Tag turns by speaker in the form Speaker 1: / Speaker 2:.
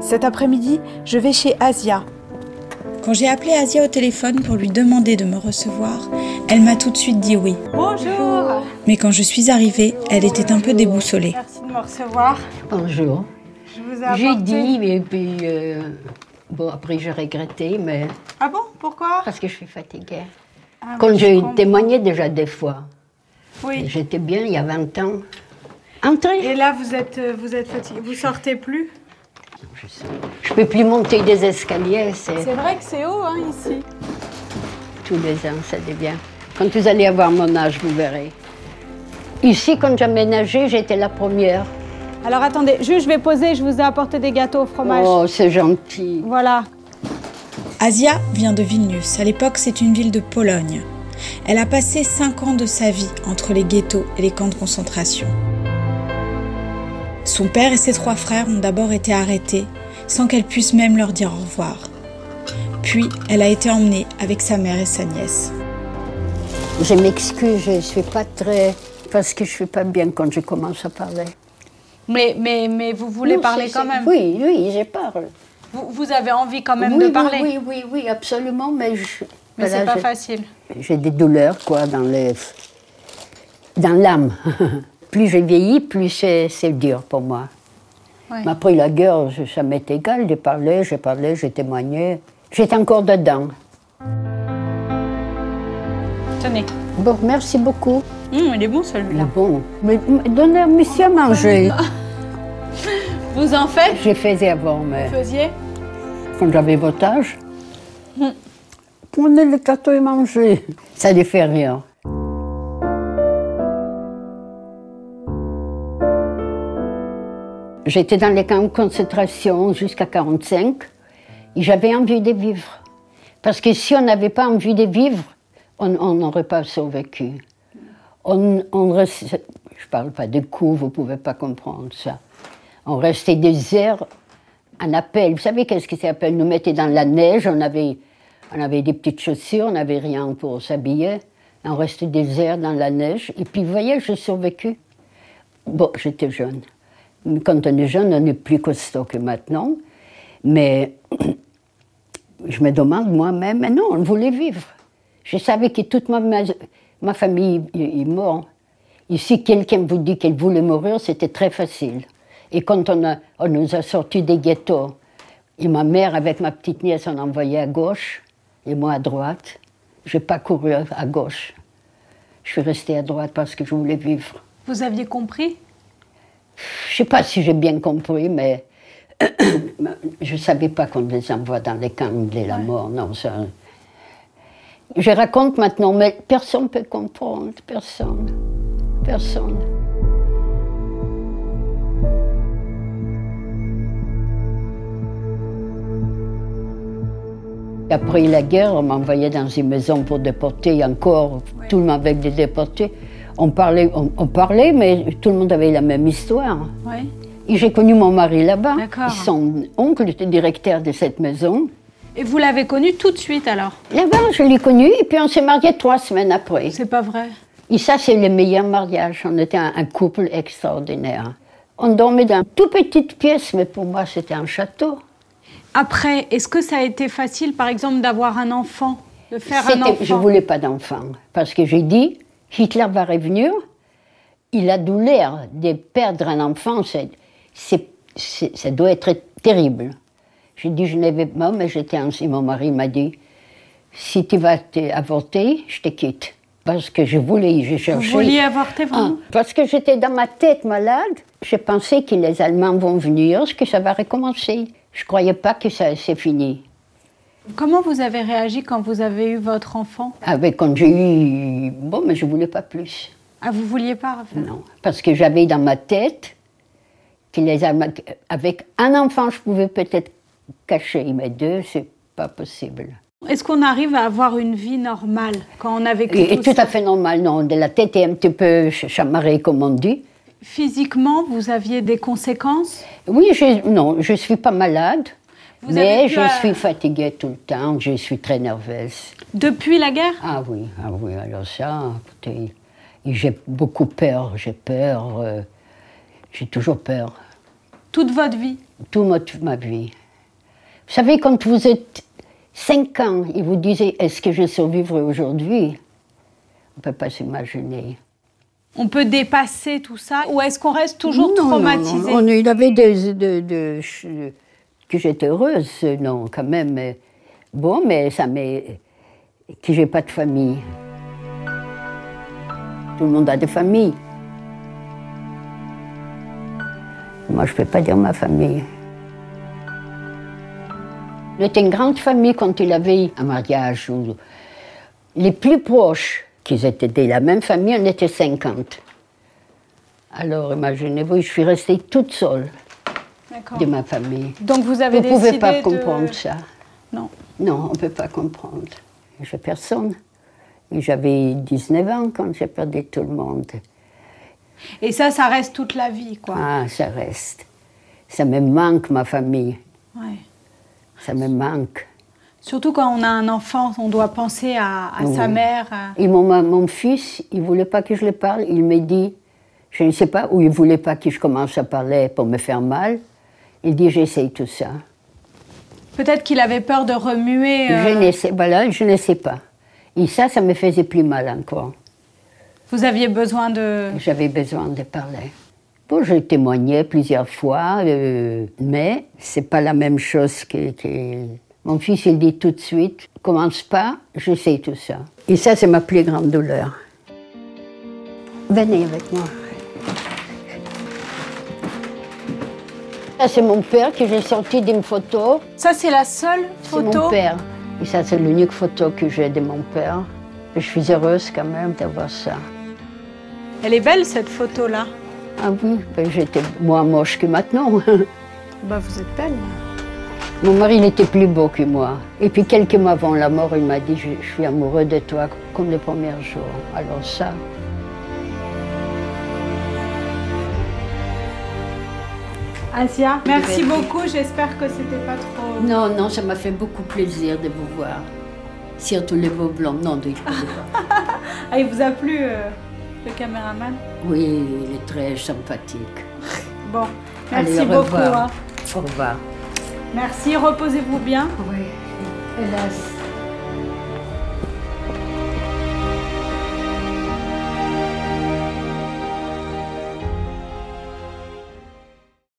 Speaker 1: Cet après-midi, je vais chez Asia.
Speaker 2: Quand j'ai appelé Asia au téléphone pour lui demander de me recevoir, elle m'a tout de suite dit oui.
Speaker 1: Bonjour.
Speaker 2: Mais quand je suis arrivée, elle était un peu déboussolée.
Speaker 1: Merci de me recevoir.
Speaker 3: Bonjour.
Speaker 1: Je vous ai
Speaker 3: J'ai
Speaker 1: apporté-
Speaker 3: dit, mais puis. euh, bon, après, j'ai regretté, mais.
Speaker 1: Ah bon Pourquoi
Speaker 3: Parce que je suis fatiguée.
Speaker 1: Ah,
Speaker 3: Comme
Speaker 1: oui, je
Speaker 3: j'ai
Speaker 1: comprends.
Speaker 3: témoigné déjà des fois.
Speaker 1: Oui.
Speaker 3: J'étais bien il y a 20 ans. Entrez.
Speaker 1: Et là, vous êtes, euh, vous êtes fatigué. Vous sortez plus
Speaker 3: Je sais- Je peux plus monter des escaliers, c'est
Speaker 1: C'est vrai que c'est haut hein, ici.
Speaker 3: tous les ans, ça devient. Quand vous allez avoir mon âge, vous verrez. Ici, quand j'aménageais, j'étais la première.
Speaker 4: Alors attendez, juste je vais poser, je vous ai apporté des gâteaux au fromage.
Speaker 3: Oh, c'est gentil.
Speaker 4: Voilà.
Speaker 2: Asia vient de Vilnius. À l'époque, c'est une ville de Pologne. Elle a passé 5 ans de sa vie entre les ghettos et les camps de concentration. Son père et ses trois frères ont d'abord été arrêtés, sans qu'elle puisse même leur dire au revoir. Puis, elle a été emmenée avec sa mère et sa nièce.
Speaker 3: Je m'excuse, je ne suis pas très. Parce que je ne suis pas bien quand je commence à parler.
Speaker 4: Mais, mais, mais vous voulez
Speaker 3: Non,
Speaker 4: parler
Speaker 3: c'est-
Speaker 4: quand
Speaker 3: c'est-
Speaker 4: même
Speaker 3: Oui, oui, je parle.
Speaker 4: vous, vous avez envie quand même
Speaker 3: oui,
Speaker 4: de parler
Speaker 3: oui, oui, oui, oui, absolument, mais je.
Speaker 4: Mais
Speaker 3: voilà,
Speaker 4: c'est pas
Speaker 3: j'ai-
Speaker 4: facile.
Speaker 3: J'ai des douleurs, quoi, dans les. dans l'âme. plus je vieillis, plus c'est c'est dur pour moi.
Speaker 4: Ouais.
Speaker 3: Mais après la guerre, je- ça m'est égal de parler, j'ai parlé, j'ai témoigné. J'étais encore dedans.
Speaker 4: Tenez.
Speaker 3: Bon, merci beaucoup.
Speaker 4: Hum, il est bon celui-là.
Speaker 3: Bon, mais mais donnez à monsieur à manger.
Speaker 4: Vous en faites
Speaker 3: J'ai fait avant, mais.
Speaker 4: Faisiez
Speaker 3: quand j'avais votre âge. Prenez Hmm. le gâteau et mangez. Ça ne fait rien. J'étais dans les camps de concentration jusqu'à 45 et j'avais envie de vivre. Parce que si on n'avait pas envie de vivre, on on n'aurait pas survécu. On, on reste- je parle pas de coups, vous pouvez pas comprendre ça. On restait des heures en appel. Vous savez qu'est-ce que c'est appel Nous mettait dans la neige, on avait, on avait des petites chaussures, on n'avait rien pour s'habiller. On restait des heures dans la neige. Et puis, vous voyez, j'ai survécu. Bon, j'étais jeune. Mais Quand on est jeune, on est plus costaud que maintenant. Mais je me demande moi-même, mais non, on voulait vivre. Je savais que toute ma, ma, ma famille est est morte. Et si quelqu'un vous dit qu'elle voulait mourir, c'était très facile. Et quand on, a- on nous a sortis des ghettos, et ma mère avec ma petite nièce, on envoyait à gauche, et moi à droite, j'ai pas couru à à gauche. Je suis restée à droite parce que je voulais vivre.
Speaker 4: Vous aviez compris
Speaker 3: Je sais pas si j'ai bien compris, mais je savais pas qu'on les envoie dans les camps de la mort. Non, ça. Je raconte maintenant, mais personne peut comprendre, personne, personne. Après la guerre, on m'envoyait dans une maison pour déporter, encore tout le monde avec des déportés. On parlait, on- on parlait, mais tout le monde avait la même histoire.
Speaker 4: Oui.
Speaker 3: Et j'ai connu mon mari là-bas.
Speaker 4: D'accord.
Speaker 3: Et Son oncle était directeur de cette maison.
Speaker 4: Et vous l'avez connu tout de suite alors
Speaker 3: Là-bas, je l'ai connu et puis on s'est mariés trois semaines après.
Speaker 4: C'est pas vrai.
Speaker 3: Et ça, c'est le meilleur mariage. On était un, un couple extraordinaire. On dormait dans une toute petite pièce, mais pour moi, c'était un château.
Speaker 4: Après, est-ce que ça a été facile par exemple d'avoir un enfant De faire un
Speaker 3: C'était-
Speaker 4: enfant
Speaker 3: Je voulais pas d'enfant parce que j'ai dit Hitler va revenir. Il a douleur de perdre un enfant, c'est, c'est- c'est- ça doit être terrible. J'ai dit je n'avais pas, mais j'étais ainsi. Mon mari m'a dit si tu vas te- avorter, je te quitte parce que je voulais, je
Speaker 4: Vous
Speaker 3: cherchais.
Speaker 4: vouliez avorter
Speaker 3: Ah,
Speaker 4: vraiment
Speaker 3: parce que j'étais dans ma tête malade, je pensais que les Allemands vont venir, que ça va recommencer. Je croyais pas que ça c'est fini.
Speaker 4: Comment vous avez réagi quand vous avez eu votre enfant
Speaker 3: Avec Ah ben, quand j'ai eu bon, mais je voulais pas plus.
Speaker 4: Ah, vous vouliez pas refaire
Speaker 3: Non, parce que j'avais dans ma tête que les Allemands- avec un enfant, je pouvais peut-être cacher, mais deux, c'est pas possible.
Speaker 4: Est-ce qu'on arrive à avoir une vie normale quand on a vécu
Speaker 3: Et, et
Speaker 4: tout
Speaker 3: tout
Speaker 4: ça
Speaker 3: à fait normal, non. De la tête est un petit peu ch- chamarrée, comme on dit.
Speaker 4: Physiquement, vous aviez des conséquences
Speaker 3: Oui, je, non, je suis pas malade,
Speaker 4: Vous avez
Speaker 3: mais
Speaker 4: pu,
Speaker 3: je
Speaker 4: euh,
Speaker 3: suis fatiguée tout le temps, je suis très nerveuse.
Speaker 4: depuis la guerre
Speaker 3: Ah oui, ah oui, alors ça, écoutez, et j'ai beaucoup peur, j'ai peur, euh, j'ai toujours peur.
Speaker 4: Toute votre vie
Speaker 3: Tout ma, toute ma vie. Vous savez, quand vous êtes 5 ans, ils vous disaient Est-ce que je survivrai aujourd'hui On ne peut pas s'imaginer.
Speaker 4: On peut dépasser tout ça Ou est-ce qu'on reste toujours
Speaker 3: Non, non,
Speaker 4: traumatisé
Speaker 3: non, on- il avait des. de- de- ch- que j'étais heureuse, non, quand même. euh, Bon, mais ça m'est. que j'ai pas de famille. Tout le monde a des familles. Moi, je peux pas dire ma famille. On était une grande famille quand il avait un mariage. où Les plus proches, qu'ils étaient de la même famille, on était 50. Alors imaginez-vous, je suis restée toute seule
Speaker 4: D'accord.
Speaker 3: de ma famille.
Speaker 4: Oh. Donc vous avez
Speaker 3: Vous ne pouvez
Speaker 4: décidé
Speaker 3: pas
Speaker 4: de-
Speaker 3: comprendre ça.
Speaker 4: Non.
Speaker 3: Non, on ne peut pas comprendre. J'ai personne. Et J'avais 19 ans quand j'ai perdu tout le monde.
Speaker 4: Et ça, ça reste toute la vie, quoi.
Speaker 3: Ah, ça reste. Ça me manque, ma famille.
Speaker 4: Ouais.
Speaker 3: Ça me manque.
Speaker 4: Surtout quand on a un enfant, on doit penser à, à sa
Speaker 3: Oui.
Speaker 4: mère. euh. à-
Speaker 3: Et mon, ma- mon fils, il voulait pas que je le parle. Il me dit, je ne sais pas, ou il voulait pas que je commence à parler pour me faire mal. Il dit, j'essaye tout ça.
Speaker 4: Peut-être qu'il avait peur de remuer. euh,
Speaker 3: Je ne sais, voilà, je ne sais pas. Et ça, ça me faisait plus mal encore.
Speaker 4: Vous aviez besoin de.
Speaker 3: J'avais besoin de parler. Bon, j'ai témoigné plusieurs fois, euh, mais c'est pas la même chose que, que- Mon fils, il dit tout de suite, commence pas, je sais tout ça. Et ça, c'est ma plus grande douleur. Venez avec moi. Ça, c'est mon père que j'ai sorti d'une photo.
Speaker 4: Ça, c'est la seule
Speaker 3: C'est mon
Speaker 4: photo.
Speaker 3: père. Et ça, c'est l'unique photo que j'ai de mon père. Je suis heureuse quand même d'avoir ça.
Speaker 4: Elle est belle, cette photo-là.
Speaker 3: Ah oui, ben, j'étais moins moche que maintenant.
Speaker 1: Bah, vous êtes belle.
Speaker 3: Mon mari, il était plus beau que moi. Et puis quelques mois avant la mort, il m'a dit, je, je suis amoureux de toi comme le premier jour. Alors ça,
Speaker 1: Asia, merci
Speaker 3: Belle.
Speaker 1: beaucoup. J'espère que c'était pas trop.
Speaker 3: non, non, ça m'a fait beaucoup plaisir de vous voir. Surtout les beaux blancs. Non, de- je connais pas.
Speaker 1: Ah, il vous a plu, euh, le caméraman
Speaker 3: Oui, il est très sympathique.
Speaker 1: Bon, merci
Speaker 3: Allez, au
Speaker 1: beaucoup.
Speaker 3: revoir.
Speaker 1: hein.
Speaker 3: Au revoir.
Speaker 1: Merci, reposez-vous bien.
Speaker 3: Oui, hélas.